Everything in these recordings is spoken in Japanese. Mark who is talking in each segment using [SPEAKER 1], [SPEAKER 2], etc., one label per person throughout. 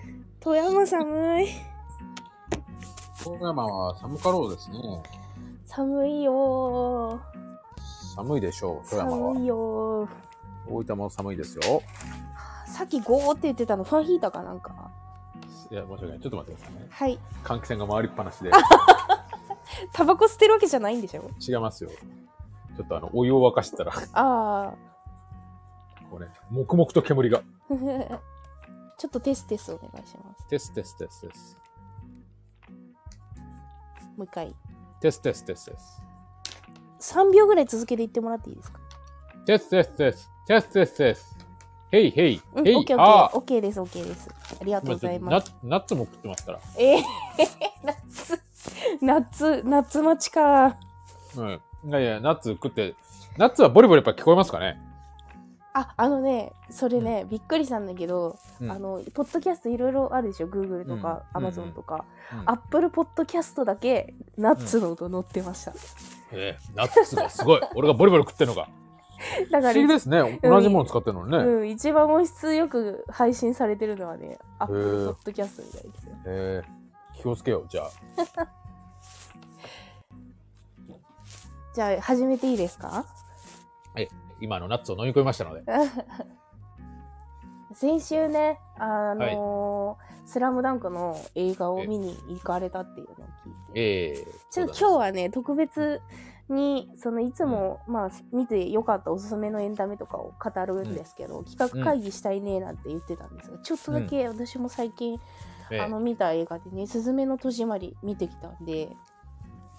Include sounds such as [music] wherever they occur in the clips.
[SPEAKER 1] ー、寒い。
[SPEAKER 2] 富山は寒かろうですね。
[SPEAKER 1] 寒いよ
[SPEAKER 2] 寒いでしょう、
[SPEAKER 1] ー。
[SPEAKER 2] 富山は
[SPEAKER 1] 寒。いよー。
[SPEAKER 2] 大分も寒いですよ。
[SPEAKER 1] さっきゴーって言ってたの、ファンヒーターかなんか。
[SPEAKER 2] いや、申し訳ない。ちょっと待ってくださいね。
[SPEAKER 1] はい。
[SPEAKER 2] 換気扇が回りっぱなし
[SPEAKER 1] [laughs]
[SPEAKER 2] で。
[SPEAKER 1] タバコ捨てるわけじゃないんでしょ
[SPEAKER 2] 違いますよ。ちょっとあの、お湯を沸かしてたら、
[SPEAKER 1] あ
[SPEAKER 2] これ、黙々と煙が。
[SPEAKER 1] あ。ちょっとテステスお願いします。
[SPEAKER 2] テステステステス。
[SPEAKER 1] もう一回。
[SPEAKER 2] テステステステス。
[SPEAKER 1] 3秒ぐらい続けて言ってもらっていいですか
[SPEAKER 2] テステステス。テステステス。ヘイヘイ。
[SPEAKER 1] うん、
[SPEAKER 2] ヘイ。
[SPEAKER 1] オッケーオッ
[SPEAKER 2] あ
[SPEAKER 1] ケー。オッケーです、オッケーです。ありがとうご
[SPEAKER 2] 今ち
[SPEAKER 1] ざ
[SPEAKER 2] ょっ
[SPEAKER 1] い
[SPEAKER 2] と
[SPEAKER 1] ま
[SPEAKER 2] ナ
[SPEAKER 1] す。
[SPEAKER 2] ナッツも食ってますから。
[SPEAKER 1] えー、 [laughs] 夏、夏、夏待ちか。
[SPEAKER 2] うん。いやいや、ナッツ食って、ナッツはボリボリやっぱ聞こえますかね
[SPEAKER 1] あ、あのね、それね、びっくりしたんだけど、
[SPEAKER 2] うん
[SPEAKER 1] あの、ポッドキャストいろいろあるでしょ ?Google とか、
[SPEAKER 2] うん
[SPEAKER 1] Amazon とか、
[SPEAKER 2] うん
[SPEAKER 1] アッ Apple Podcast だけ、ナッツの音載ってました。
[SPEAKER 2] ええナッツがすごい。俺がボリボリ食ってる
[SPEAKER 1] [laughs]
[SPEAKER 2] の
[SPEAKER 1] だ
[SPEAKER 2] か。不
[SPEAKER 1] か
[SPEAKER 2] 思議
[SPEAKER 1] ら、
[SPEAKER 2] ですね。同じもの使ってるのにね。
[SPEAKER 1] うん、一番音質よく配信されてるのはね、Apple Podcast みたいですよ。
[SPEAKER 2] えー、気をつけよう、じゃあ。
[SPEAKER 1] じゃあ、始めていいですか
[SPEAKER 2] はい、今のナッツを飲み込みましたので。
[SPEAKER 1] 先週ね、あのースラムダンクの映画を見に行かれたっていうのを聞いて、
[SPEAKER 2] ええ
[SPEAKER 1] ちょっと今日はね、特別に、そのいつも、まあ、見てよかったおすすめのエンタメとかを語るんですけど、企画会議したいねなんて言ってたんですが、ちょっとだけ私も最近、
[SPEAKER 2] ええ
[SPEAKER 1] あの見た映画でね、すずめの戸締まり見てきたんで、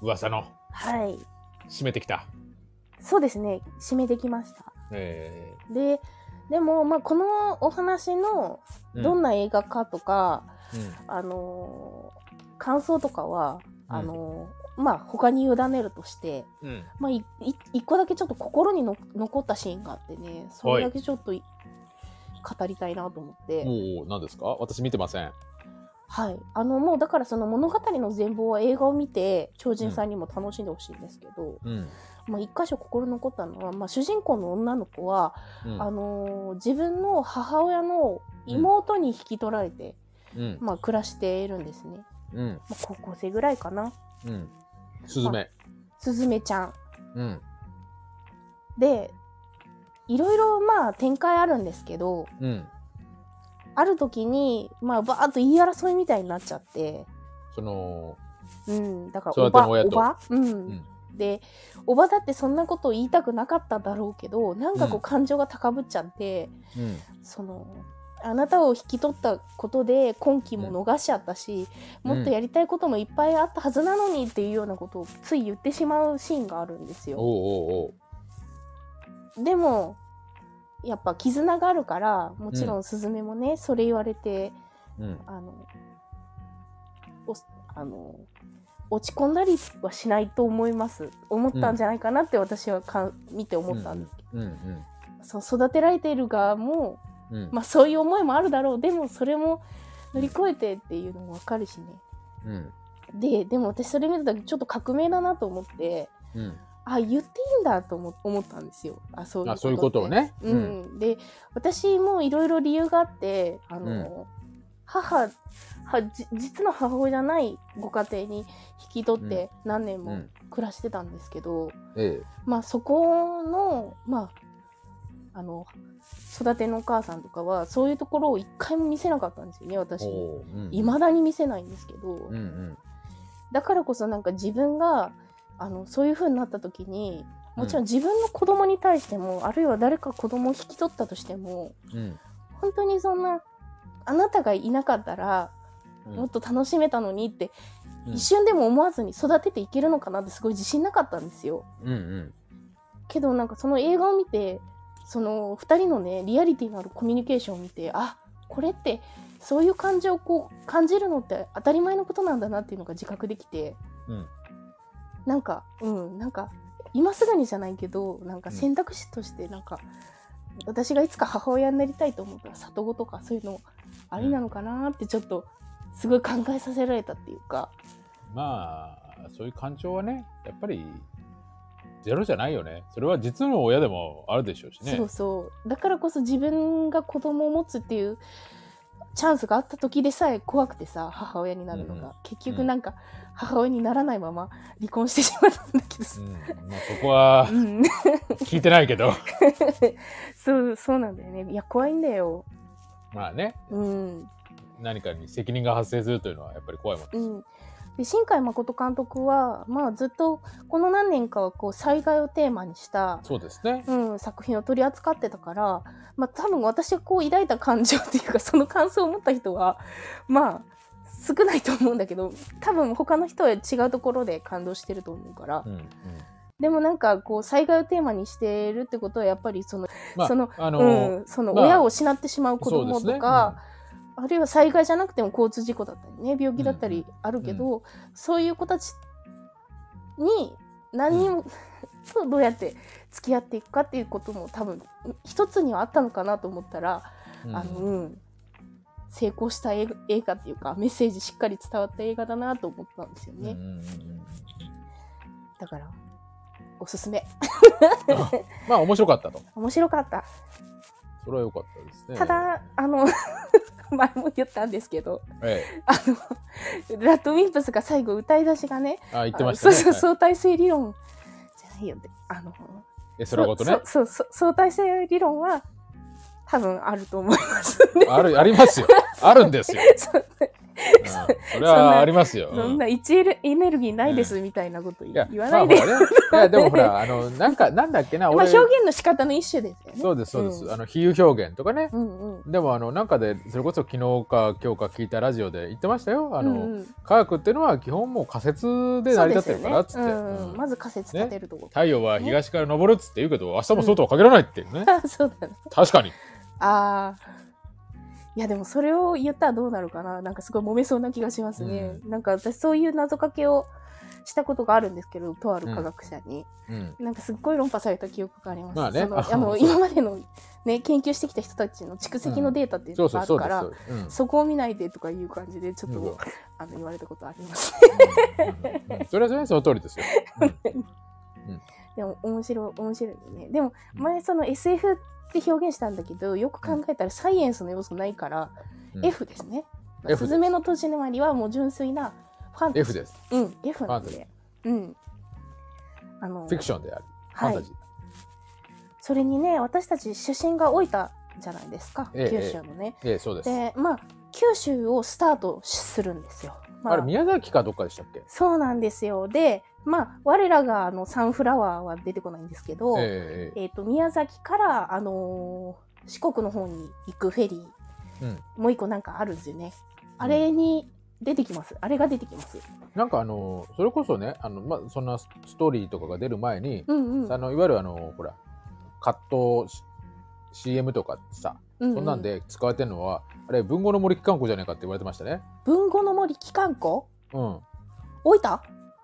[SPEAKER 2] 噂の
[SPEAKER 1] はい、
[SPEAKER 2] 締めてきた。
[SPEAKER 1] そうですね、締めてきました。
[SPEAKER 2] え
[SPEAKER 1] で、でも、まあ、このお話の
[SPEAKER 2] え
[SPEAKER 1] どんな映画かとか、
[SPEAKER 2] うんうん
[SPEAKER 1] あのー感想とかは、
[SPEAKER 2] うん
[SPEAKER 1] あのーまあ他に委ねるとして、
[SPEAKER 2] うん
[SPEAKER 1] まあ、いい一個だけちょっと心にの残ったシーンがあってねそれだけちょっとい、語りたいなと思って、
[SPEAKER 2] おお、何ですか私見てません。
[SPEAKER 1] はいあのもうだからその物語の全貌は映画を見て超人さんにも楽しんでほしいんですけど、
[SPEAKER 2] うん。
[SPEAKER 1] まあ、一箇所心に残ったのは、まあ、主人公の女の子は、
[SPEAKER 2] うん
[SPEAKER 1] あのー自分の母親の妹に引き取られて、
[SPEAKER 2] うん。
[SPEAKER 1] まあ、暮らしているんですね、
[SPEAKER 2] うん。
[SPEAKER 1] まあ、高校生ぐらいかな
[SPEAKER 2] うん。スズメ。
[SPEAKER 1] すずめちゃん
[SPEAKER 2] うん。
[SPEAKER 1] でいろいろまあ展開あるんですけど
[SPEAKER 2] うん。
[SPEAKER 1] ある時にまあバーッと言い争いみたいになっちゃって、
[SPEAKER 2] その、
[SPEAKER 1] うん、だからお
[SPEAKER 2] 育て
[SPEAKER 1] ば
[SPEAKER 2] の親
[SPEAKER 1] お
[SPEAKER 2] と
[SPEAKER 1] ば、うん
[SPEAKER 2] ん
[SPEAKER 1] でおばだってそんなこと言いたくなかっただろうけどなんかこう
[SPEAKER 2] う
[SPEAKER 1] ん感情が高ぶっちゃって、
[SPEAKER 2] うん。
[SPEAKER 1] そのあなたを引き取ったことで今期も逃しちゃったし、
[SPEAKER 2] うん
[SPEAKER 1] もっとやりたいこともいっぱいあったはずなのにっていうようなことをつい言ってしまうシーンがあるんですよ。
[SPEAKER 2] おうおう
[SPEAKER 1] でもやっぱ絆があるからもちろんスズメもね、それ言われて
[SPEAKER 2] おう。うん。
[SPEAKER 1] あのおあの落ち込んだりはしないと思います思ったんじゃないかなって私はか見て思ったんですけど、
[SPEAKER 2] うんうん。
[SPEAKER 1] そう育てられている側も、
[SPEAKER 2] うん。
[SPEAKER 1] まあ、そういう思いもあるだろうでもそれも乗り越えてっていうのも分かるしね
[SPEAKER 2] うん。
[SPEAKER 1] ででも私それ見た時ちょっと革命だなと思って
[SPEAKER 2] うん。
[SPEAKER 1] あ言っていいんだと思思ったんですよあそういう
[SPEAKER 2] あ、そういうこと
[SPEAKER 1] って
[SPEAKER 2] をね。
[SPEAKER 1] うん。で私もいろいろ理由があってあの、母はじ実の母親じゃないご家庭に引き取って何年
[SPEAKER 2] う
[SPEAKER 1] も
[SPEAKER 2] ん。
[SPEAKER 1] 暮らしてたんですけど、
[SPEAKER 2] ええ。
[SPEAKER 1] まあそこの,、まあ、あの育てのお母さんとかはそういうところを一回も見せなかったんですよね私に。
[SPEAKER 2] おう。うん
[SPEAKER 1] いまだに見せないんですけど、
[SPEAKER 2] うんうん。
[SPEAKER 1] だからこそなんか自分があのそういう風になった時にもちろん自分の子供に対しても、あるいは誰か子供を引き取ったとしても
[SPEAKER 2] うん。
[SPEAKER 1] 本当にそんなあなたがいなかったら
[SPEAKER 2] うん
[SPEAKER 1] もっと楽しめたのにって、
[SPEAKER 2] うん
[SPEAKER 1] 一瞬でも思わずに育てていけるのかなってすごい自信なかったんですよ。
[SPEAKER 2] うんうん。
[SPEAKER 1] けどなんかその映画を見てその2人のねリアリティのあるコミュニケーションを見てあこれってそういう感情をこう感じるのって当たり前のことなんだなっていうのが自覚できて、
[SPEAKER 2] うん
[SPEAKER 1] なんかうんなんか今すぐにじゃないけどなんか選択肢としてなんか、私がいつか母親になりたいと思ったら里子とかそういうのありなのかなってちょっとすごい考えさせられたっていうか
[SPEAKER 2] まあそういう感情はねやっぱりゼロじゃないよねそれは実の親でもあるでしょうしね
[SPEAKER 1] そうそうだからこそ自分が子供を持つっていうチャンスがあった時でさえ怖くてさ母親になるのが、
[SPEAKER 2] うん
[SPEAKER 1] 結局なんか母親にならないまま離婚してしまったんだけどさ
[SPEAKER 2] う、んまあ、そこは
[SPEAKER 1] うん、 [laughs]
[SPEAKER 2] 聞いてないけど [laughs]
[SPEAKER 1] そうそうなんだよねいや怖いんだよ
[SPEAKER 2] まあね
[SPEAKER 1] うん
[SPEAKER 2] 何かに責任が発生するというのはやっぱり怖いもん
[SPEAKER 1] うんで新海誠監督は、まあ、ずっとこの何年かはこう災害をテーマにした、
[SPEAKER 2] そうですね
[SPEAKER 1] うん、作品を取り扱ってたから、まあ、多分私がこう抱いた感情っていうかその感想を持った人はまあ少ないと思うんだけど多分他の人は違うところで感動してると思うから、
[SPEAKER 2] うんうん
[SPEAKER 1] でもなんかこう災害をテーマにしてるってことはやっぱりその,、
[SPEAKER 2] まあ
[SPEAKER 1] その
[SPEAKER 2] あの
[SPEAKER 1] うん、その
[SPEAKER 2] まあ
[SPEAKER 1] 親を失ってしまう子
[SPEAKER 2] そうで
[SPEAKER 1] 供
[SPEAKER 2] す
[SPEAKER 1] と
[SPEAKER 2] ね、
[SPEAKER 1] か、あるいは災害じゃなくても交通事故だったりね病気だったりあるけど、そういう子たちに何 [laughs] を、とどうやって付き合っていくかっていうことも多分一つにはあったのかなと思ったら、
[SPEAKER 2] うん
[SPEAKER 1] あの
[SPEAKER 2] うん
[SPEAKER 1] うん、成功した映画映画っていうかメッセージしっかり伝わった映画だなと思ったんですよね、
[SPEAKER 2] うんうんうんうん
[SPEAKER 1] だからおすすめ
[SPEAKER 2] [laughs] まあ面白かったと
[SPEAKER 1] 面白かった
[SPEAKER 2] それは良かったですね
[SPEAKER 1] ただあの [laughs] 前も言ったんですけど
[SPEAKER 2] え
[SPEAKER 1] あのラッドウィンプスが最後歌い出しがね
[SPEAKER 2] えあ言ってました
[SPEAKER 1] あそ
[SPEAKER 2] ね
[SPEAKER 1] うそう
[SPEAKER 2] う
[SPEAKER 1] 相対性理論じゃないよってあの
[SPEAKER 2] えそれごとね
[SPEAKER 1] そうそうそう相対性理論は多分あると思います
[SPEAKER 2] [laughs] あるありますよあるんですよ、
[SPEAKER 1] そ
[SPEAKER 2] うん、それはありますよ
[SPEAKER 1] そん
[SPEAKER 2] うん
[SPEAKER 1] な1エネルギーないですみたいなこと
[SPEAKER 2] いや
[SPEAKER 1] 言わ [laughs] ないで、
[SPEAKER 2] まあほらね、いやでもほらあのなんかなんだっけな
[SPEAKER 1] まあ、
[SPEAKER 2] 俺、
[SPEAKER 1] 表現の仕方の一種ですよね
[SPEAKER 2] そうですそうです、
[SPEAKER 1] うん
[SPEAKER 2] あの比喩表現とかね
[SPEAKER 1] うんうん
[SPEAKER 2] でもあのなんかでそれこそ昨日か今日か聞いたラジオで言ってましたよあの、
[SPEAKER 1] うんうん
[SPEAKER 2] 科学っていうのは基本もう仮説で成り立ってるからっつって、
[SPEAKER 1] そうですよねうん
[SPEAKER 2] うん
[SPEAKER 1] まず仮説立てるとこ、
[SPEAKER 2] 太陽は東から昇るっつって言うけど明日も外は限らないっていうね、
[SPEAKER 1] [laughs] そうだね
[SPEAKER 2] 確かに
[SPEAKER 1] ああいやでもそれを言ったらどうなるかななんかすごい揉めそうな気がしますね、なんか私そういう謎かけをしたことがあるんですけどとある科学者に、
[SPEAKER 2] うん
[SPEAKER 1] なんかすっごい論破された記憶があります。
[SPEAKER 2] まあね
[SPEAKER 1] その
[SPEAKER 2] あ
[SPEAKER 1] あの
[SPEAKER 2] そう
[SPEAKER 1] 今までの、ね、研究してきた人たちの蓄積のデータっていう
[SPEAKER 2] そ
[SPEAKER 1] の
[SPEAKER 2] うそ
[SPEAKER 1] が
[SPEAKER 2] う
[SPEAKER 1] あ
[SPEAKER 2] そ
[SPEAKER 1] る
[SPEAKER 2] う
[SPEAKER 1] か
[SPEAKER 2] です
[SPEAKER 1] ら、
[SPEAKER 2] そうですうん
[SPEAKER 1] そこを見ないでとかいう感じでちょっと、
[SPEAKER 2] うん
[SPEAKER 1] あの言われたことあります。
[SPEAKER 2] うんうんそれはそれはその通りですよ、
[SPEAKER 1] [laughs]
[SPEAKER 2] うん
[SPEAKER 1] でも面白い面白いよね。でも前その SF って表現したんだけどよく考えたらサイエンスの要素ないから、
[SPEAKER 2] うん
[SPEAKER 1] F ですね。
[SPEAKER 2] F です
[SPEAKER 1] スズメの戸締まりはもう純粋なファンタ
[SPEAKER 2] F
[SPEAKER 1] ジー。
[SPEAKER 2] です
[SPEAKER 1] うん、F なん
[SPEAKER 2] ファンタジ
[SPEAKER 1] で。うん。あの
[SPEAKER 2] フィクションであり、
[SPEAKER 1] は
[SPEAKER 2] ファン
[SPEAKER 1] い
[SPEAKER 2] タジ。ー
[SPEAKER 1] それにね私たち出身が老いたじゃないですか、
[SPEAKER 2] ええ
[SPEAKER 1] 九州のね。
[SPEAKER 2] ええそうです、
[SPEAKER 1] でまあ九州をスタートするんですよ。まあ、
[SPEAKER 2] あれ宮崎かどっかでしたっけ
[SPEAKER 1] そうなんですよでまあ我らがあのサンフラワーは出てこないんですけど、えっ
[SPEAKER 2] えええ
[SPEAKER 1] と宮崎から、あのー四国の方に行くフェリー、
[SPEAKER 2] うん
[SPEAKER 1] もう一個なんかあるんですよね。
[SPEAKER 2] うん
[SPEAKER 1] あれに出てきます、あれが出てきます。
[SPEAKER 2] えなんかあのそれこそねあの、まあ、そんなストーリーとかが出る前に、
[SPEAKER 1] うんうん。
[SPEAKER 2] あのいわゆるあのほら葛藤し CM とかってさ
[SPEAKER 1] うう
[SPEAKER 2] そんなんで使われてるのは、あれ文豪の森機関庫じゃないかって言われてましたね。
[SPEAKER 1] 文語の森機関庫
[SPEAKER 2] うん、
[SPEAKER 1] 老いた？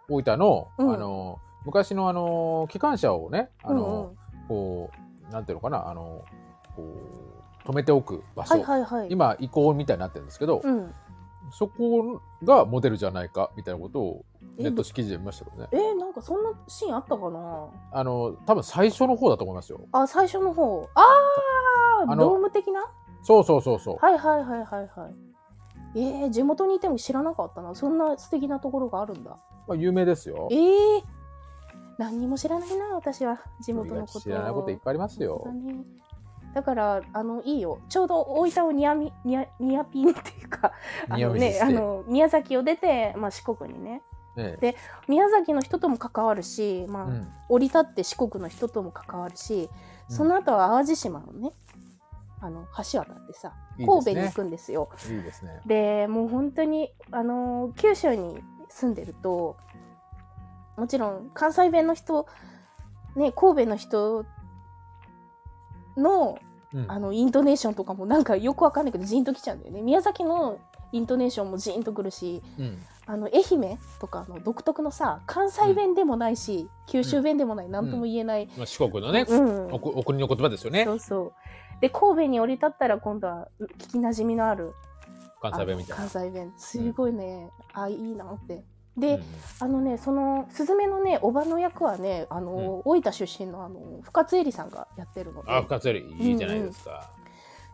[SPEAKER 2] 大分の,、
[SPEAKER 1] うん
[SPEAKER 2] あの昔のあの機関車をねあ
[SPEAKER 1] うんう
[SPEAKER 2] の、
[SPEAKER 1] ん
[SPEAKER 2] こうなんていうのかなあのこう止めておく場所、
[SPEAKER 1] はいはいはい。
[SPEAKER 2] 今移行みたいになってるんですけど、
[SPEAKER 1] うん。
[SPEAKER 2] そこがモデルじゃないかみたいなことを
[SPEAKER 1] え
[SPEAKER 2] ネット記事で見ましたけどね
[SPEAKER 1] えーなんかそんなシーンあったかな。
[SPEAKER 2] あの多分最初の方だと思いますよ。
[SPEAKER 1] あ、最初の方。ああ、
[SPEAKER 2] あの
[SPEAKER 1] ドーム的な。
[SPEAKER 2] そうそうそうそう、
[SPEAKER 1] はいはいはいはいはい。えー、地元にいても知らなかったな。そんな素敵なところがあるんだ。
[SPEAKER 2] まあ、有名ですよ
[SPEAKER 1] え。ー、何にも知らないな、私は地元のこと。
[SPEAKER 2] 知らないこといっぱいありますよ
[SPEAKER 1] 本。当だねだからあのいいよちょうど大分をニアミニアニアピンっていうかあ
[SPEAKER 2] 匂
[SPEAKER 1] の、
[SPEAKER 2] いして
[SPEAKER 1] ね、あの宮崎を出て、まあ、四国にね
[SPEAKER 2] え
[SPEAKER 1] 宮崎の人とも関わるし、ま
[SPEAKER 2] え
[SPEAKER 1] あ
[SPEAKER 2] うん
[SPEAKER 1] 降り立って四国の人とも関わるし
[SPEAKER 2] うん
[SPEAKER 1] その後は淡路島のねあの橋渡ってさ
[SPEAKER 2] いいです
[SPEAKER 1] 神戸
[SPEAKER 2] ね
[SPEAKER 1] に行くんですよ。
[SPEAKER 2] いいですね。
[SPEAKER 1] でもう本当にあのー九州に住んでるともちろん関西弁の人、ね、神戸の人の
[SPEAKER 2] うん
[SPEAKER 1] あのイントネーションとかもなんかよくわかんないけどジーンときちゃうんだよね宮崎のイントネーションもジーンとくるし
[SPEAKER 2] うん
[SPEAKER 1] あの愛媛とかの独特のさ関西弁でもないし、九州弁でもない何とも言えない、
[SPEAKER 2] まあ、四国のね、
[SPEAKER 1] うん
[SPEAKER 2] おこお国の言葉ですよね
[SPEAKER 1] そ。うそうで神戸に降り立ったら今度は聞きなじみのある
[SPEAKER 2] 関西弁みたいな
[SPEAKER 1] あの。関西弁すごいね、あいいなってで、
[SPEAKER 2] うんうん
[SPEAKER 1] あのねそのスズメのねおばの役はねあの、大分出身のあの深津絵里さんがやってるので
[SPEAKER 2] あ、深津よりいいじゃないですか。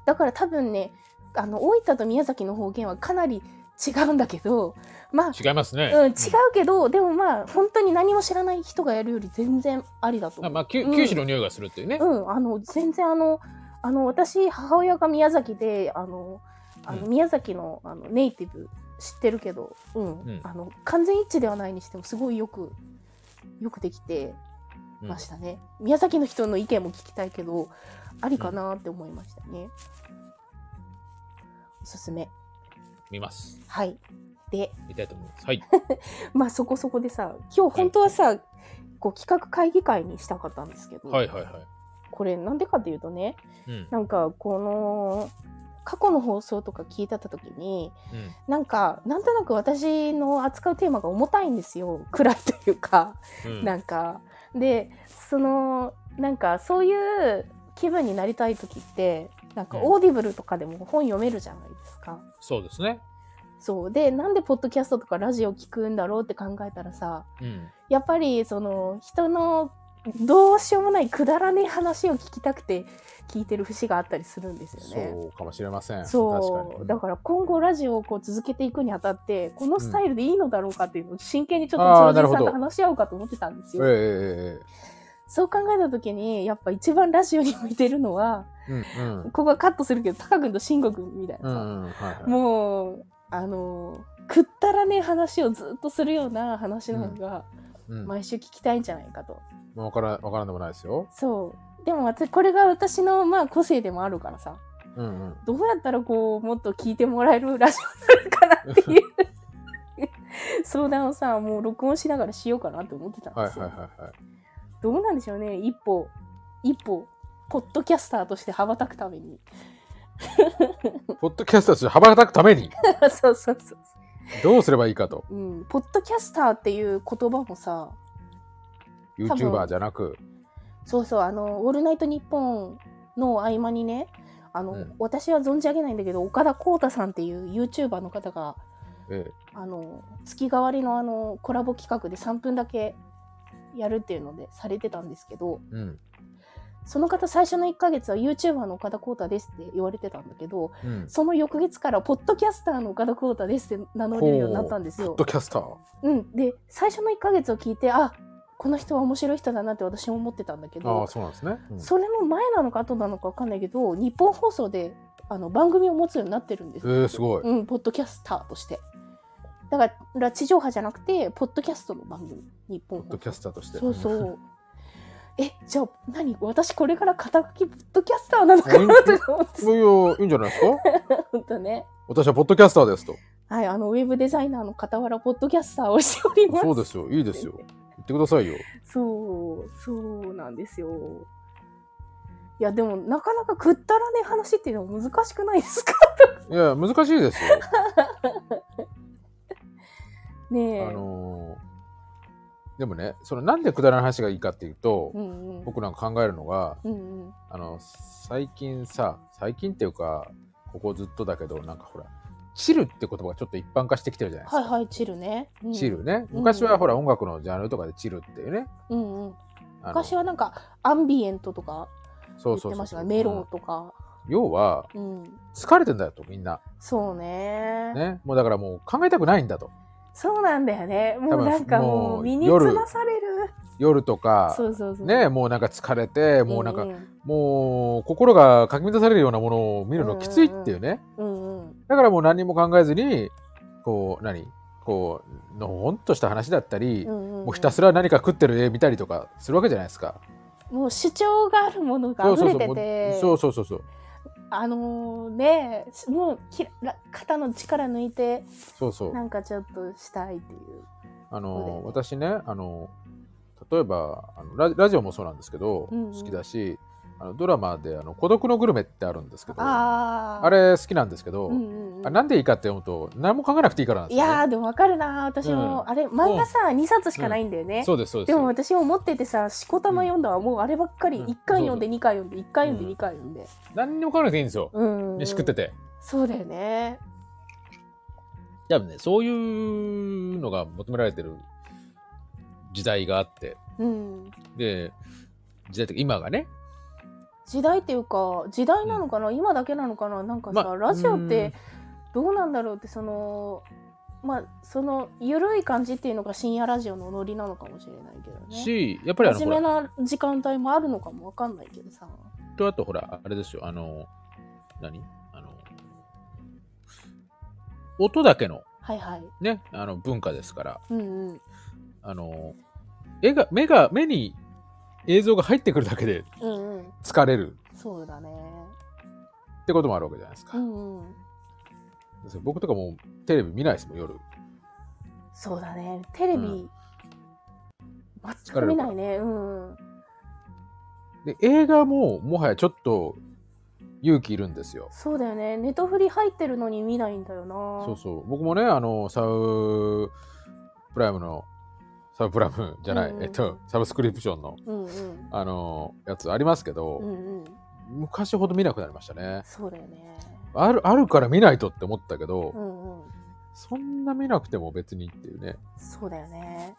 [SPEAKER 1] だから多分ねあの大分と宮崎の方言はかなり違うんだけどまあ、
[SPEAKER 2] 違いますね。
[SPEAKER 1] うん、違うけど、でもまあ本当に何も知らない人がやるより全然ありだと
[SPEAKER 2] あ
[SPEAKER 1] 思う。
[SPEAKER 2] まあ、きゅ
[SPEAKER 1] うん
[SPEAKER 2] 九州の匂いがするっていうね。
[SPEAKER 1] うん、あの全然あのあの私母親が宮崎であのあの
[SPEAKER 2] うん
[SPEAKER 1] 宮崎のあのネイティブ知ってるけど、うん
[SPEAKER 2] うん
[SPEAKER 1] あの完全一致ではないにしてもすごいよくよくできてましたね、宮崎の人の意見も聞きたいけどありかなって思いましたね、おすすめ
[SPEAKER 2] 見ます。
[SPEAKER 1] はいで
[SPEAKER 2] 見たいと思います。はい。
[SPEAKER 1] まあそこそこでさ今日本当はさ、こう企画会議会にしたかったんですけど、
[SPEAKER 2] はいはいは
[SPEAKER 1] これなんでかっていうとね
[SPEAKER 2] い。うん。
[SPEAKER 1] なんかこの過去の放送とか聞いてた時に
[SPEAKER 2] うん
[SPEAKER 1] なんかなんとなく私の扱うテーマが重たいんですよ暗いというか、
[SPEAKER 2] うん
[SPEAKER 1] なんかでそのなんかそういう気分になりたい時ってなんか
[SPEAKER 2] うん
[SPEAKER 1] オーディブルとかでも本読めるじゃないですか。
[SPEAKER 2] そうですね。
[SPEAKER 1] そうでなんでポッドキャストとかラジオ聞くんだろうって考えたらさ
[SPEAKER 2] うん。
[SPEAKER 1] やっぱりその人のどうしようもないくだらねえ話を聞きたくて聞いてる節があったりするんですよね。
[SPEAKER 2] そうかもしれません。
[SPEAKER 1] そう
[SPEAKER 2] 確かに。
[SPEAKER 1] だから今後ラジオをこう続けていくにあたってこのスタイルでいいのだろうかっていうのを真剣にちょっ
[SPEAKER 2] あ
[SPEAKER 1] と常
[SPEAKER 2] ーな
[SPEAKER 1] 人
[SPEAKER 2] るほ
[SPEAKER 1] さん
[SPEAKER 2] ど
[SPEAKER 1] と話し合おうかと思ってたんです
[SPEAKER 2] え
[SPEAKER 1] よ。そう考えた時にやっぱ一番ラジオに向いてるのは
[SPEAKER 2] えええええうんうん
[SPEAKER 1] こ。こはカットするけどタカ君と慎吾君みたいな
[SPEAKER 2] う
[SPEAKER 1] さ、
[SPEAKER 2] んうんはいはい。
[SPEAKER 1] もうあのーくったらねえ話をずっとするような話の方が
[SPEAKER 2] うん
[SPEAKER 1] 毎週聞きたいんじゃないかと。
[SPEAKER 2] まあわからんわからんでもないですよ。
[SPEAKER 1] そうでも私これが私のまあ個性でもあるからさ [laughs]
[SPEAKER 2] うんうん。
[SPEAKER 1] どうやったらこうもっと聞いてもらえるラジオになるかなっていう相談をさもう録音しながらしようかなと思ってたん
[SPEAKER 2] はい
[SPEAKER 1] で
[SPEAKER 2] はい
[SPEAKER 1] すよ、
[SPEAKER 2] はいはい。
[SPEAKER 1] どうなんでしょうね一歩一歩ポッドキャスターとして羽ばたくために
[SPEAKER 2] ポッドキャストとして羽ばたくために
[SPEAKER 1] そうそうそう
[SPEAKER 2] どうすればいいかと。
[SPEAKER 1] う、うん、ポッドキャスターっていう言葉もさ多分
[SPEAKER 2] YouTuber じゃなく。
[SPEAKER 1] そうそうあの「オールナイトニッポン」の合間にねあの、
[SPEAKER 2] うん
[SPEAKER 1] 私は存じ上げないんだけど岡田康太さんっていう YouTuber の方が
[SPEAKER 2] ええ
[SPEAKER 1] あの月替わりのあのコラボ企画で3分だけやるっていうのでされてたんですけど
[SPEAKER 2] うん
[SPEAKER 1] その方最初の1ヶ月は YouTuber の岡田浩太ですって言われてたんだけど
[SPEAKER 2] うん。
[SPEAKER 1] その翌月からポッドキャスターの岡田浩太ですって名乗れるようになったんです
[SPEAKER 2] ポ
[SPEAKER 1] よ
[SPEAKER 2] ッ。ドキャスター。
[SPEAKER 1] うん、で最初の1ヶ月を聞いてあこの人は面白い人だなって私も思ってたんだけ
[SPEAKER 2] ああ、
[SPEAKER 1] ど
[SPEAKER 2] そうなんですね。うん
[SPEAKER 1] それも前なのか後なのか分かんないけど日本放送であの番組を持つようになってるんですよ
[SPEAKER 2] ええすごい。
[SPEAKER 1] うん、ポッドキャスターとして。だから、地上波じゃなくて、ポッドキャストの番組、日
[SPEAKER 2] ポ
[SPEAKER 1] 本
[SPEAKER 2] ッドキャスターとして。
[SPEAKER 1] そうそ
[SPEAKER 2] ん。
[SPEAKER 1] う。え、じゃあ、何私、これから肩書き、ポッドキャスターなのかなとか思って
[SPEAKER 2] いやいや、いいんじゃないですか
[SPEAKER 1] [laughs] た、ほんとね。
[SPEAKER 2] 私はポッドキャスターですと。
[SPEAKER 1] はい、あの、ウェブデザイナーの傍ら、ポッドキャスターをしております。
[SPEAKER 2] そうですよ。いいですよ。言ってくださいよ。
[SPEAKER 1] そう、そうなんですよ。いや、でも、なかなかくったらねえ話っていうのは難しくない
[SPEAKER 2] [laughs]
[SPEAKER 1] ですか
[SPEAKER 2] いや、難しいですよ。
[SPEAKER 1] ねえ。
[SPEAKER 2] あのーでもね、そのなんでくだらない話がいいかっていうと、
[SPEAKER 1] うんうん。
[SPEAKER 2] 僕なんか考えるのが、
[SPEAKER 1] うんうん。
[SPEAKER 2] あの、最近さ、最近っていうか、ここずっとだけど、なんかほら、チルって言葉がちょっと一般化してきてるじゃないです
[SPEAKER 1] はい
[SPEAKER 2] か。
[SPEAKER 1] はい、チルね。うん
[SPEAKER 2] チ。ルね。
[SPEAKER 1] うん
[SPEAKER 2] 昔はほら、音楽のジャンルとかでチルっていうね。
[SPEAKER 1] うんうん。
[SPEAKER 2] あの
[SPEAKER 1] 昔はなんかアンビエントとか
[SPEAKER 2] そ
[SPEAKER 1] 言
[SPEAKER 2] う
[SPEAKER 1] って
[SPEAKER 2] そうそ
[SPEAKER 1] ま
[SPEAKER 2] う
[SPEAKER 1] し
[SPEAKER 2] そ
[SPEAKER 1] た
[SPEAKER 2] う。
[SPEAKER 1] ねメロ
[SPEAKER 2] う
[SPEAKER 1] ン
[SPEAKER 2] ん
[SPEAKER 1] とか、
[SPEAKER 2] 要は、
[SPEAKER 1] うん
[SPEAKER 2] 疲れてんだよと、みんな。
[SPEAKER 1] そうね
[SPEAKER 2] ね。もうだからもう考えたくないんだと。
[SPEAKER 1] そうなんだよねも
[SPEAKER 2] 多
[SPEAKER 1] う
[SPEAKER 2] 分
[SPEAKER 1] なんかも
[SPEAKER 2] も
[SPEAKER 1] う
[SPEAKER 2] う
[SPEAKER 1] 身につまされる
[SPEAKER 2] 夜とか、
[SPEAKER 1] そうそうそう
[SPEAKER 2] ね、もうなんか疲れて、もうなんか、
[SPEAKER 1] ん
[SPEAKER 2] もう心がかき乱されるようなものを見るのきついっていうね。
[SPEAKER 1] うんうん
[SPEAKER 2] だからもう何も考えずに、こう、何こう、のほんとした話だったり、
[SPEAKER 1] うん
[SPEAKER 2] もうひたすら何か食ってる絵見たりとかするわけじゃないですか。
[SPEAKER 1] もう主張があるものが
[SPEAKER 2] そう
[SPEAKER 1] 溢
[SPEAKER 2] そう
[SPEAKER 1] れ
[SPEAKER 2] そう
[SPEAKER 1] て
[SPEAKER 2] も
[SPEAKER 1] て
[SPEAKER 2] う。そうそうそうそう。
[SPEAKER 1] あのーねもうきら肩の力抜いて
[SPEAKER 2] そうそう
[SPEAKER 1] なんかちょっとしたいっていう
[SPEAKER 2] あ
[SPEAKER 1] そう
[SPEAKER 2] の、
[SPEAKER 1] ね
[SPEAKER 2] 私ね、あの、例えばあのラ、ラジオもそうなんですけど、
[SPEAKER 1] うんうん
[SPEAKER 2] 好きだし、あのドラマであの、孤独のグルメってあるんですけど、あ
[SPEAKER 1] あー
[SPEAKER 2] れ好きなんですけど、
[SPEAKER 1] うんうんうん
[SPEAKER 2] あなんでいいかって思うと、何も考えなくていいからなんで
[SPEAKER 1] い
[SPEAKER 2] すよ、ね。
[SPEAKER 1] やーでもわかるなー私も、
[SPEAKER 2] う
[SPEAKER 1] あれ漫画さ2冊しかないんだよね、
[SPEAKER 2] そうです、そうです。
[SPEAKER 1] でも私も持っててさ「しこたま読んだわ」もうあればっかり
[SPEAKER 2] うん
[SPEAKER 1] 1回読んで
[SPEAKER 2] そう
[SPEAKER 1] 2回読んで1回読ん
[SPEAKER 2] う
[SPEAKER 1] で
[SPEAKER 2] ん
[SPEAKER 1] 2回読んで
[SPEAKER 2] 何にも考えなくていいんですよ。
[SPEAKER 1] うん
[SPEAKER 2] 飯食ってて。
[SPEAKER 1] そうだよね
[SPEAKER 2] 多分ね、そういうのが求められてる時代があって、
[SPEAKER 1] うん
[SPEAKER 2] で、時代というか今がね、
[SPEAKER 1] 時代っていうか時代なのかな、今だけなのかななんかさ、
[SPEAKER 2] ま
[SPEAKER 1] ラジオってどうなんだろうってそのまあその緩い感じっていうのが深夜ラジオのノリなのかもしれないけど
[SPEAKER 2] うん
[SPEAKER 1] ね。
[SPEAKER 2] しやっぱりあの
[SPEAKER 1] 真
[SPEAKER 2] ほ
[SPEAKER 1] 面目
[SPEAKER 2] ら
[SPEAKER 1] な時間帯もあるのかもわかんないけどさ。
[SPEAKER 2] とあとほらあれですよあの何あの音だけの
[SPEAKER 1] はいはい。
[SPEAKER 2] ねあの文化ですから
[SPEAKER 1] うんうん。
[SPEAKER 2] あの絵が目が目に映像が入ってくるだけで
[SPEAKER 1] うんうん。
[SPEAKER 2] 疲れる
[SPEAKER 1] そうだね。
[SPEAKER 2] ってこともあるわけじゃないですか、
[SPEAKER 1] うんうん。
[SPEAKER 2] 僕とかもうテレビ見ないですもん夜
[SPEAKER 1] そうだね。テレビ、
[SPEAKER 2] うん
[SPEAKER 1] 全く見ないね。うんうん。
[SPEAKER 2] で映画ももはやちょっと勇気いるんですよ
[SPEAKER 1] そうだよね。ネトフリ入ってるのに見ないんだよな。
[SPEAKER 2] そうそう僕もねあのサウプライムのサブプライムじゃない、
[SPEAKER 1] うん
[SPEAKER 2] えっとサブスクリプションの
[SPEAKER 1] うんうん。
[SPEAKER 2] あのやつありますけど、
[SPEAKER 1] うんうん。
[SPEAKER 2] 昔ほど見なくなりましたね
[SPEAKER 1] そうだよね。
[SPEAKER 2] あるあるから見ないとって思ったけど、
[SPEAKER 1] うんうん。
[SPEAKER 2] そんな見なくても別にっていうね
[SPEAKER 1] そうだよね。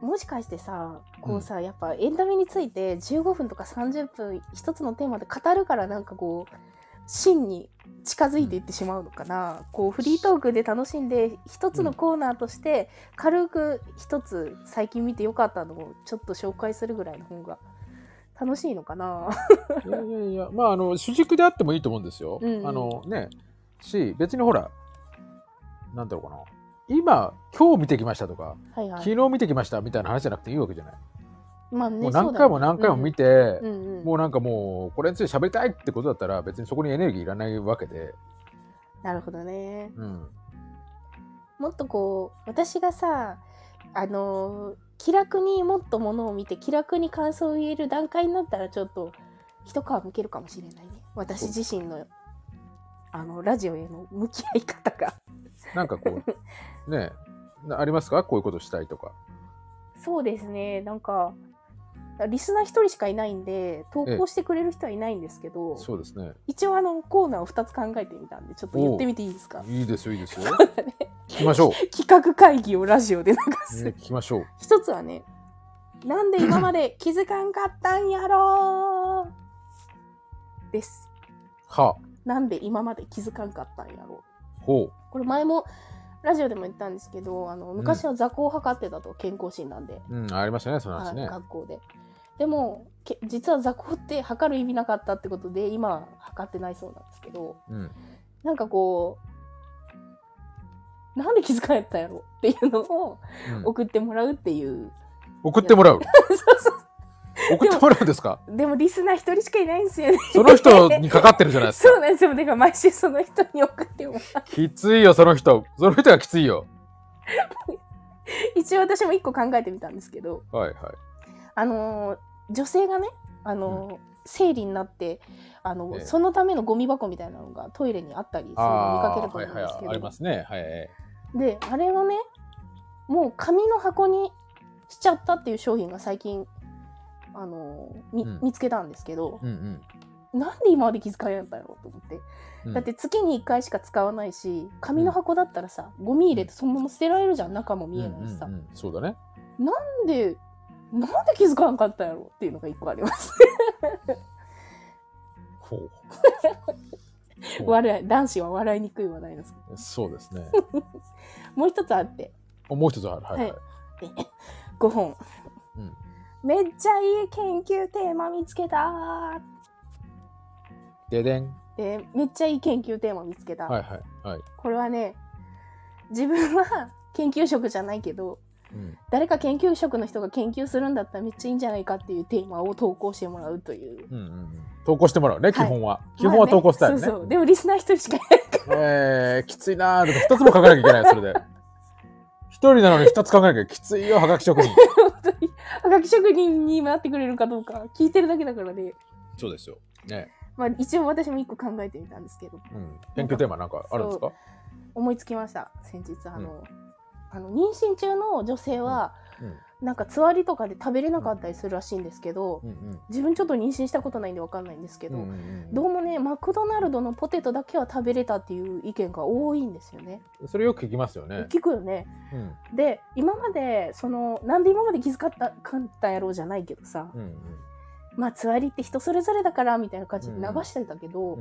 [SPEAKER 1] もしかしてさ、こうさ、やっぱエンタメについて15分とか30分一つのテーマで語るからなんかこう真に近づいていってしまうのかな、こうフリートークで楽しんで一つのコーナーとして軽く一つ最近見てよかったのをちょっと紹介するぐらいの方が楽しいのか [laughs] な。
[SPEAKER 2] いやいやいやまああの主軸であってもいいと思うんですよ、
[SPEAKER 1] うんうん
[SPEAKER 2] あのねし別にほらなんだろうかな今今日見てきましたとか
[SPEAKER 1] はいは
[SPEAKER 2] 昨
[SPEAKER 1] い。
[SPEAKER 2] 日見てきましたみたいな話じゃなくていいわけじゃない、
[SPEAKER 1] まあね
[SPEAKER 2] もう何回も何回も見、て、
[SPEAKER 1] そうだよねうんうんうん
[SPEAKER 2] もうなんかもうこれについて喋りたいってことだったら別にそこにエネルギーいらないわけで、
[SPEAKER 1] なるほどね。
[SPEAKER 2] うん、
[SPEAKER 1] もっとこう私がさあのー気楽にもっとものを見て気楽に感想を言える段階になったらちょっと一皮むけるかもしれないね私自身のあのラジオへの向き合い方が
[SPEAKER 2] なんかこうねなありますかこういうことしたいとか
[SPEAKER 1] [laughs] そうですねなんかリスナー一人しかいないんで投稿してくれる人はいないんですけど
[SPEAKER 2] そうですね
[SPEAKER 1] 一応あのコーナーを2つ考えてみたんでちょっと言ってみていいですか [laughs]
[SPEAKER 2] いいですよいいですよ
[SPEAKER 1] ね
[SPEAKER 2] 聞きま
[SPEAKER 1] [laughs]
[SPEAKER 2] しょ
[SPEAKER 1] 企画会議をラジオで流
[SPEAKER 2] う、
[SPEAKER 1] す
[SPEAKER 2] ね、聞きましょう
[SPEAKER 1] 一つはねなんで今まで気づかんかったんやろうです
[SPEAKER 2] は
[SPEAKER 1] なんで今まで気づかんかったんやろ
[SPEAKER 2] ほ
[SPEAKER 1] うこれ前もラジオでも言ったんですけどあの昔は座高を測ってたと健康診断で、
[SPEAKER 2] ううんありましたねその話
[SPEAKER 1] はい
[SPEAKER 2] ね
[SPEAKER 1] 学校ででもけ実は座高って測る意味なかったってことで今は測ってないそうなんですけど
[SPEAKER 2] うん
[SPEAKER 1] なんかこうなんで気づかんやったんやろうっていうのを
[SPEAKER 2] うん
[SPEAKER 1] 送ってもらうっていう、 [laughs]
[SPEAKER 2] 送ってもら
[SPEAKER 1] そ
[SPEAKER 2] う
[SPEAKER 1] うそう
[SPEAKER 2] 送ってもらうんですか
[SPEAKER 1] でもリスナー一人しかいないんですよね
[SPEAKER 2] その人にかかってるじゃないです
[SPEAKER 1] [laughs] そう
[SPEAKER 2] か
[SPEAKER 1] なんですよ。だから毎週その人に送ってもら [laughs] う。
[SPEAKER 2] きついよその人その人がきついよ
[SPEAKER 1] 一応私も一個考えてみたんですけど、
[SPEAKER 2] はいはい
[SPEAKER 1] あのー女性がね、あのー生理になって、あの
[SPEAKER 2] ええ
[SPEAKER 1] そのためのゴミ箱みたいなのがトイレにあったりするのを見かける
[SPEAKER 2] あ
[SPEAKER 1] と
[SPEAKER 2] あーは
[SPEAKER 1] 思う
[SPEAKER 2] い
[SPEAKER 1] んで
[SPEAKER 2] はい
[SPEAKER 1] すけど、
[SPEAKER 2] ありますねはいはい
[SPEAKER 1] であれをねもう紙の箱にしちゃったっていう商品が最近、あのーみ
[SPEAKER 2] うん
[SPEAKER 1] 見つけたんですけど
[SPEAKER 2] う、んうん
[SPEAKER 1] なんで今まで気づかれなかったんやろうと思って
[SPEAKER 2] うん
[SPEAKER 1] だって月に1回しか使わないし紙の箱だったらさゴミ入れてそのまま捨てられるじゃん中も見えないしさ、
[SPEAKER 2] うんうんうんそうだね
[SPEAKER 1] なんでなんで気づかなかったんやろっていうのが1個あります
[SPEAKER 2] ほう
[SPEAKER 1] [laughs]
[SPEAKER 2] ほう
[SPEAKER 1] 笑い男子は笑いにくい話題です
[SPEAKER 2] そうですね
[SPEAKER 1] もう一つあって
[SPEAKER 2] あもう一つあるはいはい、
[SPEAKER 1] はい5本
[SPEAKER 2] うん
[SPEAKER 1] めっちゃいい研究テーマ見つけたー
[SPEAKER 2] ででん
[SPEAKER 1] でめっちゃいい研究テーマ見つけた、
[SPEAKER 2] はいはいはい、
[SPEAKER 1] これはね自分は研究職じゃないけど
[SPEAKER 2] うん、
[SPEAKER 1] 誰か研究職の人が研究するんだったらめっちゃいいんじゃないかっていうテーマを投稿してもらうという
[SPEAKER 2] うんうんうん投稿してもらうね
[SPEAKER 1] い
[SPEAKER 2] 基本は、基本は投稿スタイルね,、
[SPEAKER 1] まあそうそうでもリスナー一人しかいないから
[SPEAKER 2] えー、きついなーでも二つも書かなきゃいけないそれで一人なのに二つ書かなきゃきついよはがき職人
[SPEAKER 1] 本当にはがき職人になってくれるかどうか聞いてるだけだからね、
[SPEAKER 2] そうですよね
[SPEAKER 1] まあ、一応私も一個考えてみたんですけど
[SPEAKER 2] うん研究テーマなんかあるんですか
[SPEAKER 1] 思いつきました先日あの,、あの妊娠中の女性は、
[SPEAKER 2] うん
[SPEAKER 1] なんかつわりとかで食べれなかったりするらしいんですけど、
[SPEAKER 2] うんうん
[SPEAKER 1] 自分ちょっと妊娠したことないんでわかんないんですけど、
[SPEAKER 2] うんうん
[SPEAKER 1] どうもねマクドナルドのポテトだけは食べれたっていう意見が多いんですよね。
[SPEAKER 2] うん、それよく聞きますよね、
[SPEAKER 1] 聞くよね。
[SPEAKER 2] うん
[SPEAKER 1] で今までそのなんで今まで気づかったかんたんやろうじゃないけどさ、
[SPEAKER 2] うんうん、
[SPEAKER 1] まあつわりって人それぞれだからみたいな感じで流してたけど、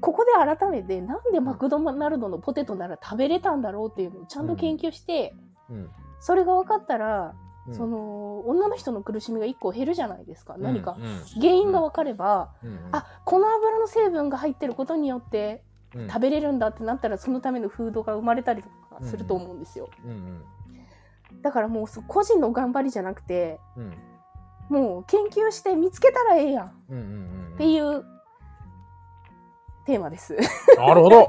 [SPEAKER 1] ここで改めてなんでマクドナルドのポテトなら食べれたんだろうっていうのをちゃんと研究して、
[SPEAKER 2] うん
[SPEAKER 1] それが分かったら、
[SPEAKER 2] うん
[SPEAKER 1] その女の人の苦しみが1個減るじゃないですか、何か
[SPEAKER 2] うんうん
[SPEAKER 1] 原因が分かれば、
[SPEAKER 2] うんうん
[SPEAKER 1] あこの油の成分が入ってることによって
[SPEAKER 2] うん
[SPEAKER 1] 食べれるんだってなったらそのためのフードが生まれたりとかすると思うんですよ、
[SPEAKER 2] うんうん
[SPEAKER 1] だからもうそ個人の頑張りじゃなくて
[SPEAKER 2] うん
[SPEAKER 1] もう研究して見つけたらええやんっ
[SPEAKER 2] うんうんうん
[SPEAKER 1] ていうテーマです
[SPEAKER 2] なる
[SPEAKER 1] [laughs]
[SPEAKER 2] ほど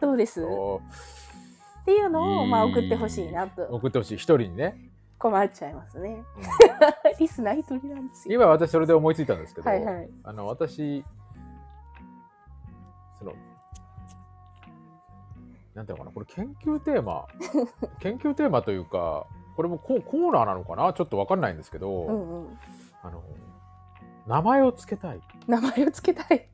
[SPEAKER 1] どうです
[SPEAKER 2] おー
[SPEAKER 1] っていうのをまあ
[SPEAKER 2] いい
[SPEAKER 1] 送ってほしいなと
[SPEAKER 2] 送ってほしい一人にね、
[SPEAKER 1] 困っちゃいますね
[SPEAKER 2] うん
[SPEAKER 1] [laughs] リスナー一人なんですよ
[SPEAKER 2] 今私それで思いついたんですけど、
[SPEAKER 1] はいはい
[SPEAKER 2] あの私そのなんていうのかなこれ研究テ
[SPEAKER 1] [laughs]
[SPEAKER 2] ーマ研究テーマというかこれもコーコーナーなのかなちょっとわかんないんですけど、
[SPEAKER 1] うんうん
[SPEAKER 2] あの名前をつけたい
[SPEAKER 1] 名前をつけたい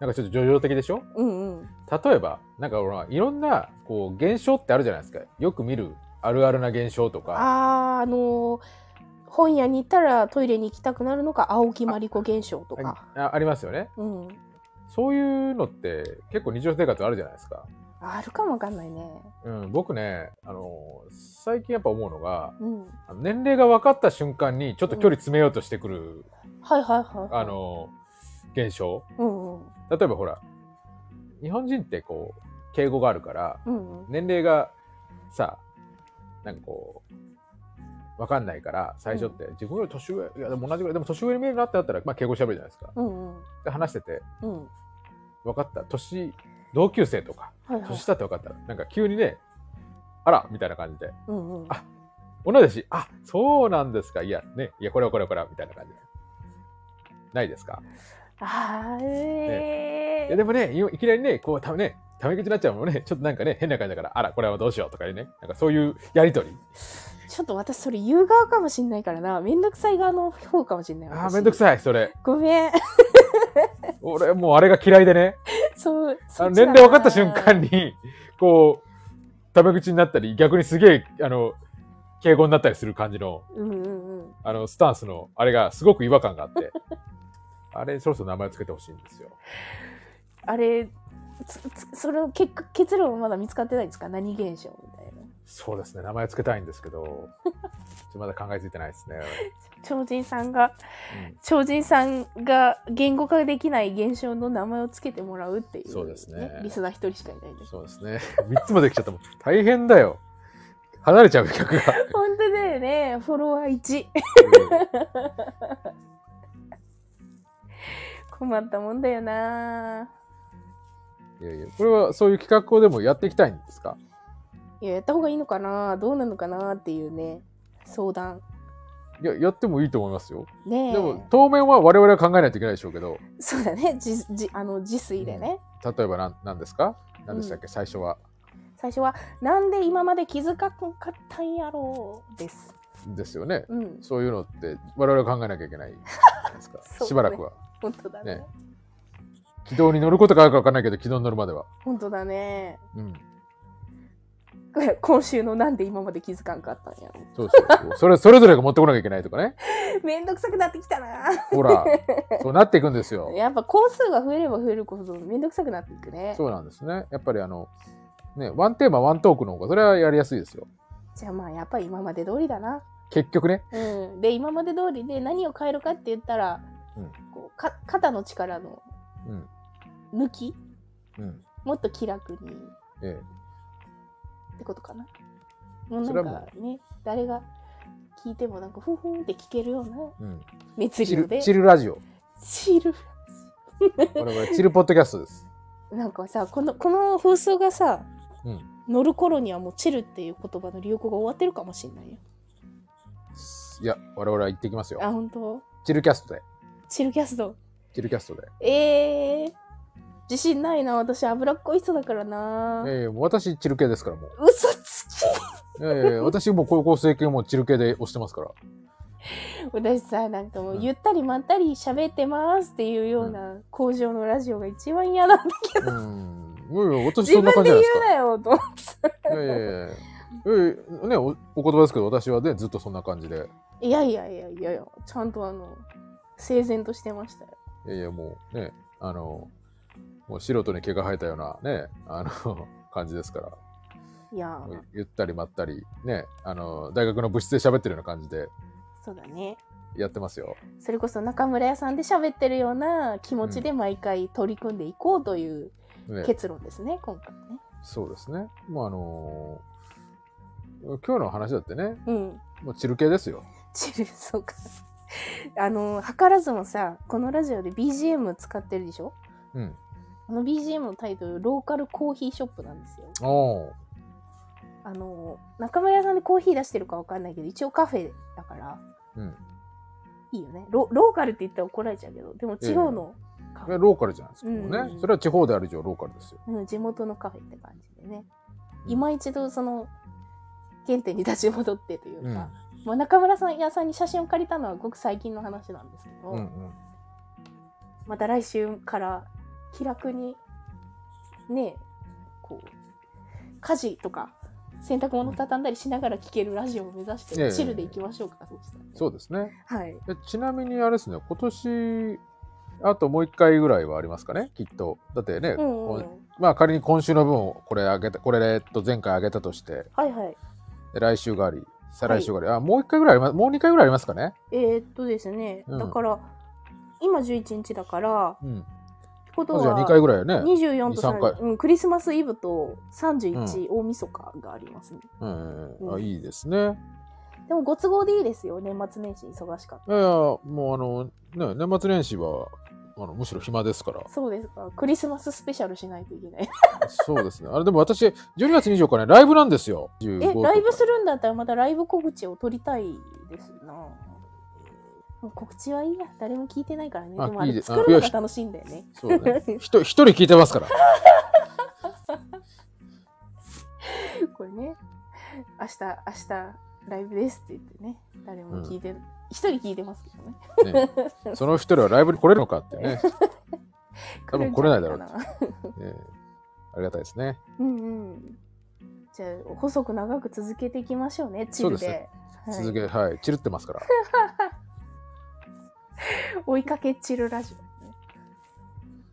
[SPEAKER 2] なんかちょっと叙情的でしょ
[SPEAKER 1] うんうん
[SPEAKER 2] 例えばなんかほらいろんなこう現象ってあるじゃないですかよく見るあるあるな現象とか
[SPEAKER 1] あーあのー本屋に行ったらトイレに行きたくなるのか青木まりこ現象とか
[SPEAKER 2] あありますよね
[SPEAKER 1] うん
[SPEAKER 2] そういうのって結構日常生活あるじゃないですか、
[SPEAKER 1] あるかもわかんないね
[SPEAKER 2] うん、僕ねあの最近やっぱ思うのが
[SPEAKER 1] うん
[SPEAKER 2] あの年齢が分かった瞬間にちょっと距離詰めようとしてくる、
[SPEAKER 1] はいはいはいはい
[SPEAKER 2] あの現象
[SPEAKER 1] うんうん
[SPEAKER 2] 例えばほら日本人ってこう敬語があるから
[SPEAKER 1] うんうん
[SPEAKER 2] 年齢がさなんかこう分かんないから最初って自分より年上いやでも同じぐらいでも年上に見えるなってなったら、まあ、敬語しゃべるじゃないですか
[SPEAKER 1] うんうん
[SPEAKER 2] で話してて
[SPEAKER 1] うん
[SPEAKER 2] 分かった年同級生とか
[SPEAKER 1] はいはい
[SPEAKER 2] 年下って分かったなんか急にねあらみたいな感じで
[SPEAKER 1] うんうん
[SPEAKER 2] あ同い年あそうなんですかいやねいやこれはこれはこれはみたいな感じでないですか
[SPEAKER 1] あーえ
[SPEAKER 2] い
[SPEAKER 1] ー
[SPEAKER 2] やでもねいいきなりねこうたねため口になっちゃうもんね [laughs] ちょっとなんかね変な感じだからあらこれはどうしようとかいうねなんかそういうやりとり
[SPEAKER 1] ちょっと私それ言う側かもしんないからなめんどくさい側の方かもしんない
[SPEAKER 2] あーめんどくさいそれ
[SPEAKER 1] いごめん [laughs]
[SPEAKER 2] 俺もうあれが嫌いでね
[SPEAKER 1] そう
[SPEAKER 2] あ
[SPEAKER 1] そ
[SPEAKER 2] の
[SPEAKER 1] っちだ
[SPEAKER 2] 年
[SPEAKER 1] な
[SPEAKER 2] 齢分かった瞬間にこうタメ口になったり逆にすげえあの敬語になったりする感じの
[SPEAKER 1] うんうんうん
[SPEAKER 2] あのスタンスのあれがすごく違和感があってあれそろそろ名前つけてほしいんですよ
[SPEAKER 1] あれつつその結果結論はまだ見つかってないんですか何現象みたいな
[SPEAKER 2] そうですね名前つけたいんですけ
[SPEAKER 1] [laughs]
[SPEAKER 2] どちょっとまだ考えついてないですね、
[SPEAKER 1] 超人さんが超人さんが言語化できない現象の名前をつけてもらうっていう、
[SPEAKER 2] そうですね
[SPEAKER 1] リスナー一人しかいないん
[SPEAKER 2] う
[SPEAKER 1] で
[SPEAKER 2] んそ
[SPEAKER 1] [laughs]
[SPEAKER 2] うですね3つもできちゃったもん大変だよ離れちゃう客
[SPEAKER 1] [laughs]
[SPEAKER 2] が
[SPEAKER 1] 本当だよねフォロワー1困ったもんだよな
[SPEAKER 2] うんいやいやこれはそういう企画をでもやっていきたいんですか
[SPEAKER 1] いややった方がいいのかなどうなのかなっていうね相談
[SPEAKER 2] いややってもいいと思いますよ
[SPEAKER 1] ねえ
[SPEAKER 2] でも当面は我々は考えないといけないでしょうけど
[SPEAKER 1] そうだねじじあの自炊でね、
[SPEAKER 2] 例えば何何ですか何でしたっけ、最初は
[SPEAKER 1] 最初は「なんで今まで気づかんかったんやろう」です。
[SPEAKER 2] ですよね
[SPEAKER 1] うん、
[SPEAKER 2] そういうのって我々は考えなきゃいけないじゃないですか
[SPEAKER 1] [laughs] そうね
[SPEAKER 2] しばらくは
[SPEAKER 1] 本当だね。
[SPEAKER 2] ね軌道に乗ることがあるか分かんないけど軌道に乗るまでは、
[SPEAKER 1] 本当だね。
[SPEAKER 2] うん、
[SPEAKER 1] 今週のなんで今まで気づかんかったんやろ
[SPEAKER 2] そうそうそうそれそれぞれが持ってこなきゃいけないとかね
[SPEAKER 1] う。めんどくさくなってきたな。[laughs]
[SPEAKER 2] ほらそうなっていくんですよ
[SPEAKER 1] やっぱ工数が増えれば増えるほどめんどくさくなっていくね。
[SPEAKER 2] そうなんですねやっぱりあのねワンテーマワントークの方がそれはやりやすいですよ
[SPEAKER 1] じゃあまあやっぱり今まで通りだな。
[SPEAKER 2] 結局ね
[SPEAKER 1] うん。で今まで通りで何を変えるかって言ったら、
[SPEAKER 2] うん
[SPEAKER 1] こうか肩の力の
[SPEAKER 2] うん
[SPEAKER 1] 抜き
[SPEAKER 2] うん
[SPEAKER 1] もっと気楽にっ
[SPEAKER 2] え
[SPEAKER 1] てことかな。もうな
[SPEAKER 2] それ
[SPEAKER 1] ん
[SPEAKER 2] はもう
[SPEAKER 1] かね誰が聞いてもなんかふんふんって聞けるような
[SPEAKER 2] え、うん、
[SPEAKER 1] 熱
[SPEAKER 2] チ
[SPEAKER 1] 量で
[SPEAKER 2] ルチルラジオ
[SPEAKER 1] チル
[SPEAKER 2] 我々チルポッドキャストです
[SPEAKER 1] なんかさこのこの放送がさ、
[SPEAKER 2] うん
[SPEAKER 1] 乗る頃にはもう「チル」っていう言葉の流行が終わってるかもしれないよ。
[SPEAKER 2] いや我々は行ってきますよ
[SPEAKER 1] あ本当
[SPEAKER 2] チルキャストで
[SPEAKER 1] チルキャスト
[SPEAKER 2] チルキャストで
[SPEAKER 1] えー、自信ないな私脂っこい人だからな、
[SPEAKER 2] ええもう私チル系ですからもう
[SPEAKER 1] 嘘つき
[SPEAKER 2] いやいやいや私もう高校生系もうチル系で押してますから。
[SPEAKER 1] 私さなんかも
[SPEAKER 2] う
[SPEAKER 1] うんゆったりまったり喋ってますっていうような工場のラジオが一番嫌なんだ
[SPEAKER 2] うん。いやいや、私
[SPEAKER 1] 自
[SPEAKER 2] そ
[SPEAKER 1] 分
[SPEAKER 2] んな感
[SPEAKER 1] で
[SPEAKER 2] じじ
[SPEAKER 1] 言
[SPEAKER 2] ゃな
[SPEAKER 1] う
[SPEAKER 2] いで
[SPEAKER 1] なよと思って
[SPEAKER 2] すか。いやいやいやいや。いやいやねお、お言葉ですけど、私はね、ずっとそんな感じで。
[SPEAKER 1] いやいやいやいやいやちゃんとあの整然としてましたよ。
[SPEAKER 2] いやいや、もうね、あの、もう素人に毛が生えたようなね、あの、 [laughs] 感じですから、
[SPEAKER 1] いやー
[SPEAKER 2] もうゆったりまったり、ね、あの、大学の部室で喋ってるような感じで
[SPEAKER 1] そうだね。
[SPEAKER 2] やってますよ。
[SPEAKER 1] それこそ中村屋さんで喋ってるような気持ちで毎回取り組んでいこうという
[SPEAKER 2] ね、
[SPEAKER 1] 結論ですね、今回ね。
[SPEAKER 2] そうですね。まあ、あの今日の話だってね、
[SPEAKER 1] うん。
[SPEAKER 2] もうチル系ですよ。
[SPEAKER 1] チル、 [laughs] そうか。あの、図らずもさ、このラジオで BGM 使ってるでしょ
[SPEAKER 2] うん。
[SPEAKER 1] あの BGM のタイトル、ローカルコーヒーショップなんですよ。
[SPEAKER 2] おー
[SPEAKER 1] あの、中村屋さんでコーヒー出してるかわかんないけど、一応カフェだから、
[SPEAKER 2] うん。
[SPEAKER 1] いいよね。ロローカルって言ったら怒られちゃうけど、でも地方のカ
[SPEAKER 2] い
[SPEAKER 1] フ
[SPEAKER 2] や
[SPEAKER 1] ェ、
[SPEAKER 2] ローカルじゃないですか。
[SPEAKER 1] うん
[SPEAKER 2] もうね。それは地方である以上ローカルですよ。
[SPEAKER 1] うん、地元のカフェって感じでね。
[SPEAKER 2] うん
[SPEAKER 1] 今一度その、原点に立ち戻ってという
[SPEAKER 2] うん。う
[SPEAKER 1] か、もう中村さん屋さんに写真を借りたのはごく最近の話なんですけど、
[SPEAKER 2] んうん。
[SPEAKER 1] また来週から気楽にねこう家事とか洗濯物畳んだりしながら聴けるラジオを目指し
[SPEAKER 2] いやいやい
[SPEAKER 1] てチ
[SPEAKER 2] や
[SPEAKER 1] ルでいきましょうかそうしたらね
[SPEAKER 2] そうですね。
[SPEAKER 1] はい
[SPEAKER 2] えちなみにあれですね、今年、あともう一回ぐらいはありますかね、きっと。だってね、
[SPEAKER 1] うんうんう
[SPEAKER 2] こ
[SPEAKER 1] ん
[SPEAKER 2] んまあ仮に今週の分をこれ上げた、これ、えっと、前回上げたとして、
[SPEAKER 1] はいはい
[SPEAKER 2] で来週があり、再来週があり、あ、もう一回ぐらいあります、もう二回ぐらいありますかね。
[SPEAKER 1] えー、っとですね、
[SPEAKER 2] うん
[SPEAKER 1] だから今11日だから
[SPEAKER 2] うん。
[SPEAKER 1] ってこと
[SPEAKER 2] まあじゃあ
[SPEAKER 1] は
[SPEAKER 2] 二回ぐらいよね。
[SPEAKER 1] 24と
[SPEAKER 2] 二三回
[SPEAKER 1] 3、うん、クリスマスイブと31大晦日がありますね、
[SPEAKER 2] うん、うん
[SPEAKER 1] う
[SPEAKER 2] あ。
[SPEAKER 1] ん
[SPEAKER 2] いいですね。
[SPEAKER 1] でもご都合でいいですよ年末年始忙しかった
[SPEAKER 2] いやいや、もうあの、ね、年末年始は、あのむしろ暇ですから。 [laughs]
[SPEAKER 1] そうですかクリスマススペシャルしないといけない
[SPEAKER 2] そうですね。あれ、でも私、12月24日ね、ライブなんですよ。15
[SPEAKER 1] え
[SPEAKER 2] とか
[SPEAKER 1] ライブするんだったらまたライブ告知を取りたいですなもう告知はいいや誰も聞いてないからね
[SPEAKER 2] あ
[SPEAKER 1] でもあれ
[SPEAKER 2] いいです
[SPEAKER 1] 作るのが楽しいんだよね
[SPEAKER 2] そうね。ひと一人聞いてますから。
[SPEAKER 1] これね明日明日ライブですって言ってね誰も聞いて、一人聞いてますけどね [laughs]
[SPEAKER 2] ね、その一人はライブに来れるのかってね、多分来れないだろう
[SPEAKER 1] 来るんじゃないかな
[SPEAKER 2] ええありがたいですね。
[SPEAKER 1] うんうんじゃあ細く長く続けていきましょうねチル
[SPEAKER 2] そう
[SPEAKER 1] ではい
[SPEAKER 2] 続け、はい、チルってますから。
[SPEAKER 1] 追いかけチルラジオ、ね、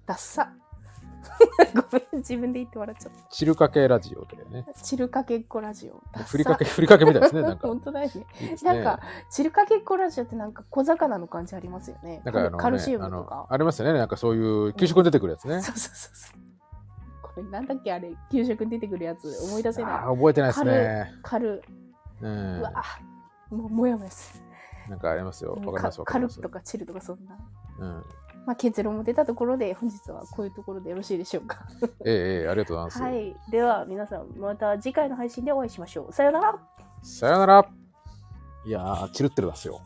[SPEAKER 1] ダッ
[SPEAKER 2] [laughs]
[SPEAKER 1] サごめん自分で言って笑っちゃった
[SPEAKER 2] チルかけラジオとかね。
[SPEAKER 1] チルかけっこラジオ。ダッサ
[SPEAKER 2] ふりかけ、 [laughs] ふりかけみたいですね。なんか、
[SPEAKER 1] 本当だよね。
[SPEAKER 2] いいです
[SPEAKER 1] な
[SPEAKER 2] [laughs] ね。
[SPEAKER 1] んか、チルかけっこラジオってなんか小魚の感じありますよね。
[SPEAKER 2] なんかあの、ね、
[SPEAKER 1] カルシウム
[SPEAKER 2] あ
[SPEAKER 1] と
[SPEAKER 2] の
[SPEAKER 1] か。
[SPEAKER 2] ありますよね。なんかそういう、給食に出てくるやつね。
[SPEAKER 1] そうそうそうそう。これなんだっけあれ、給食に出てくるやつ思い出せ
[SPEAKER 2] あ
[SPEAKER 1] ない。
[SPEAKER 2] あ、覚えてないですね。
[SPEAKER 1] カル、
[SPEAKER 2] うん
[SPEAKER 1] う。わ、もうもやもやす
[SPEAKER 2] なんかありますよ。
[SPEAKER 1] る。
[SPEAKER 2] わかります、わか
[SPEAKER 1] カ
[SPEAKER 2] り
[SPEAKER 1] ル
[SPEAKER 2] ます
[SPEAKER 1] と。かチルとかそんな。
[SPEAKER 2] うん。
[SPEAKER 1] まあ結論も出たところで、本日はこういうところでよろしいでしょうか。
[SPEAKER 2] ええ、ええ、ありがとうございます。
[SPEAKER 1] はい。では皆さん、また次回の配信でお会いしましょう。さようなら
[SPEAKER 2] さよなら。いやー、チルってるですよ。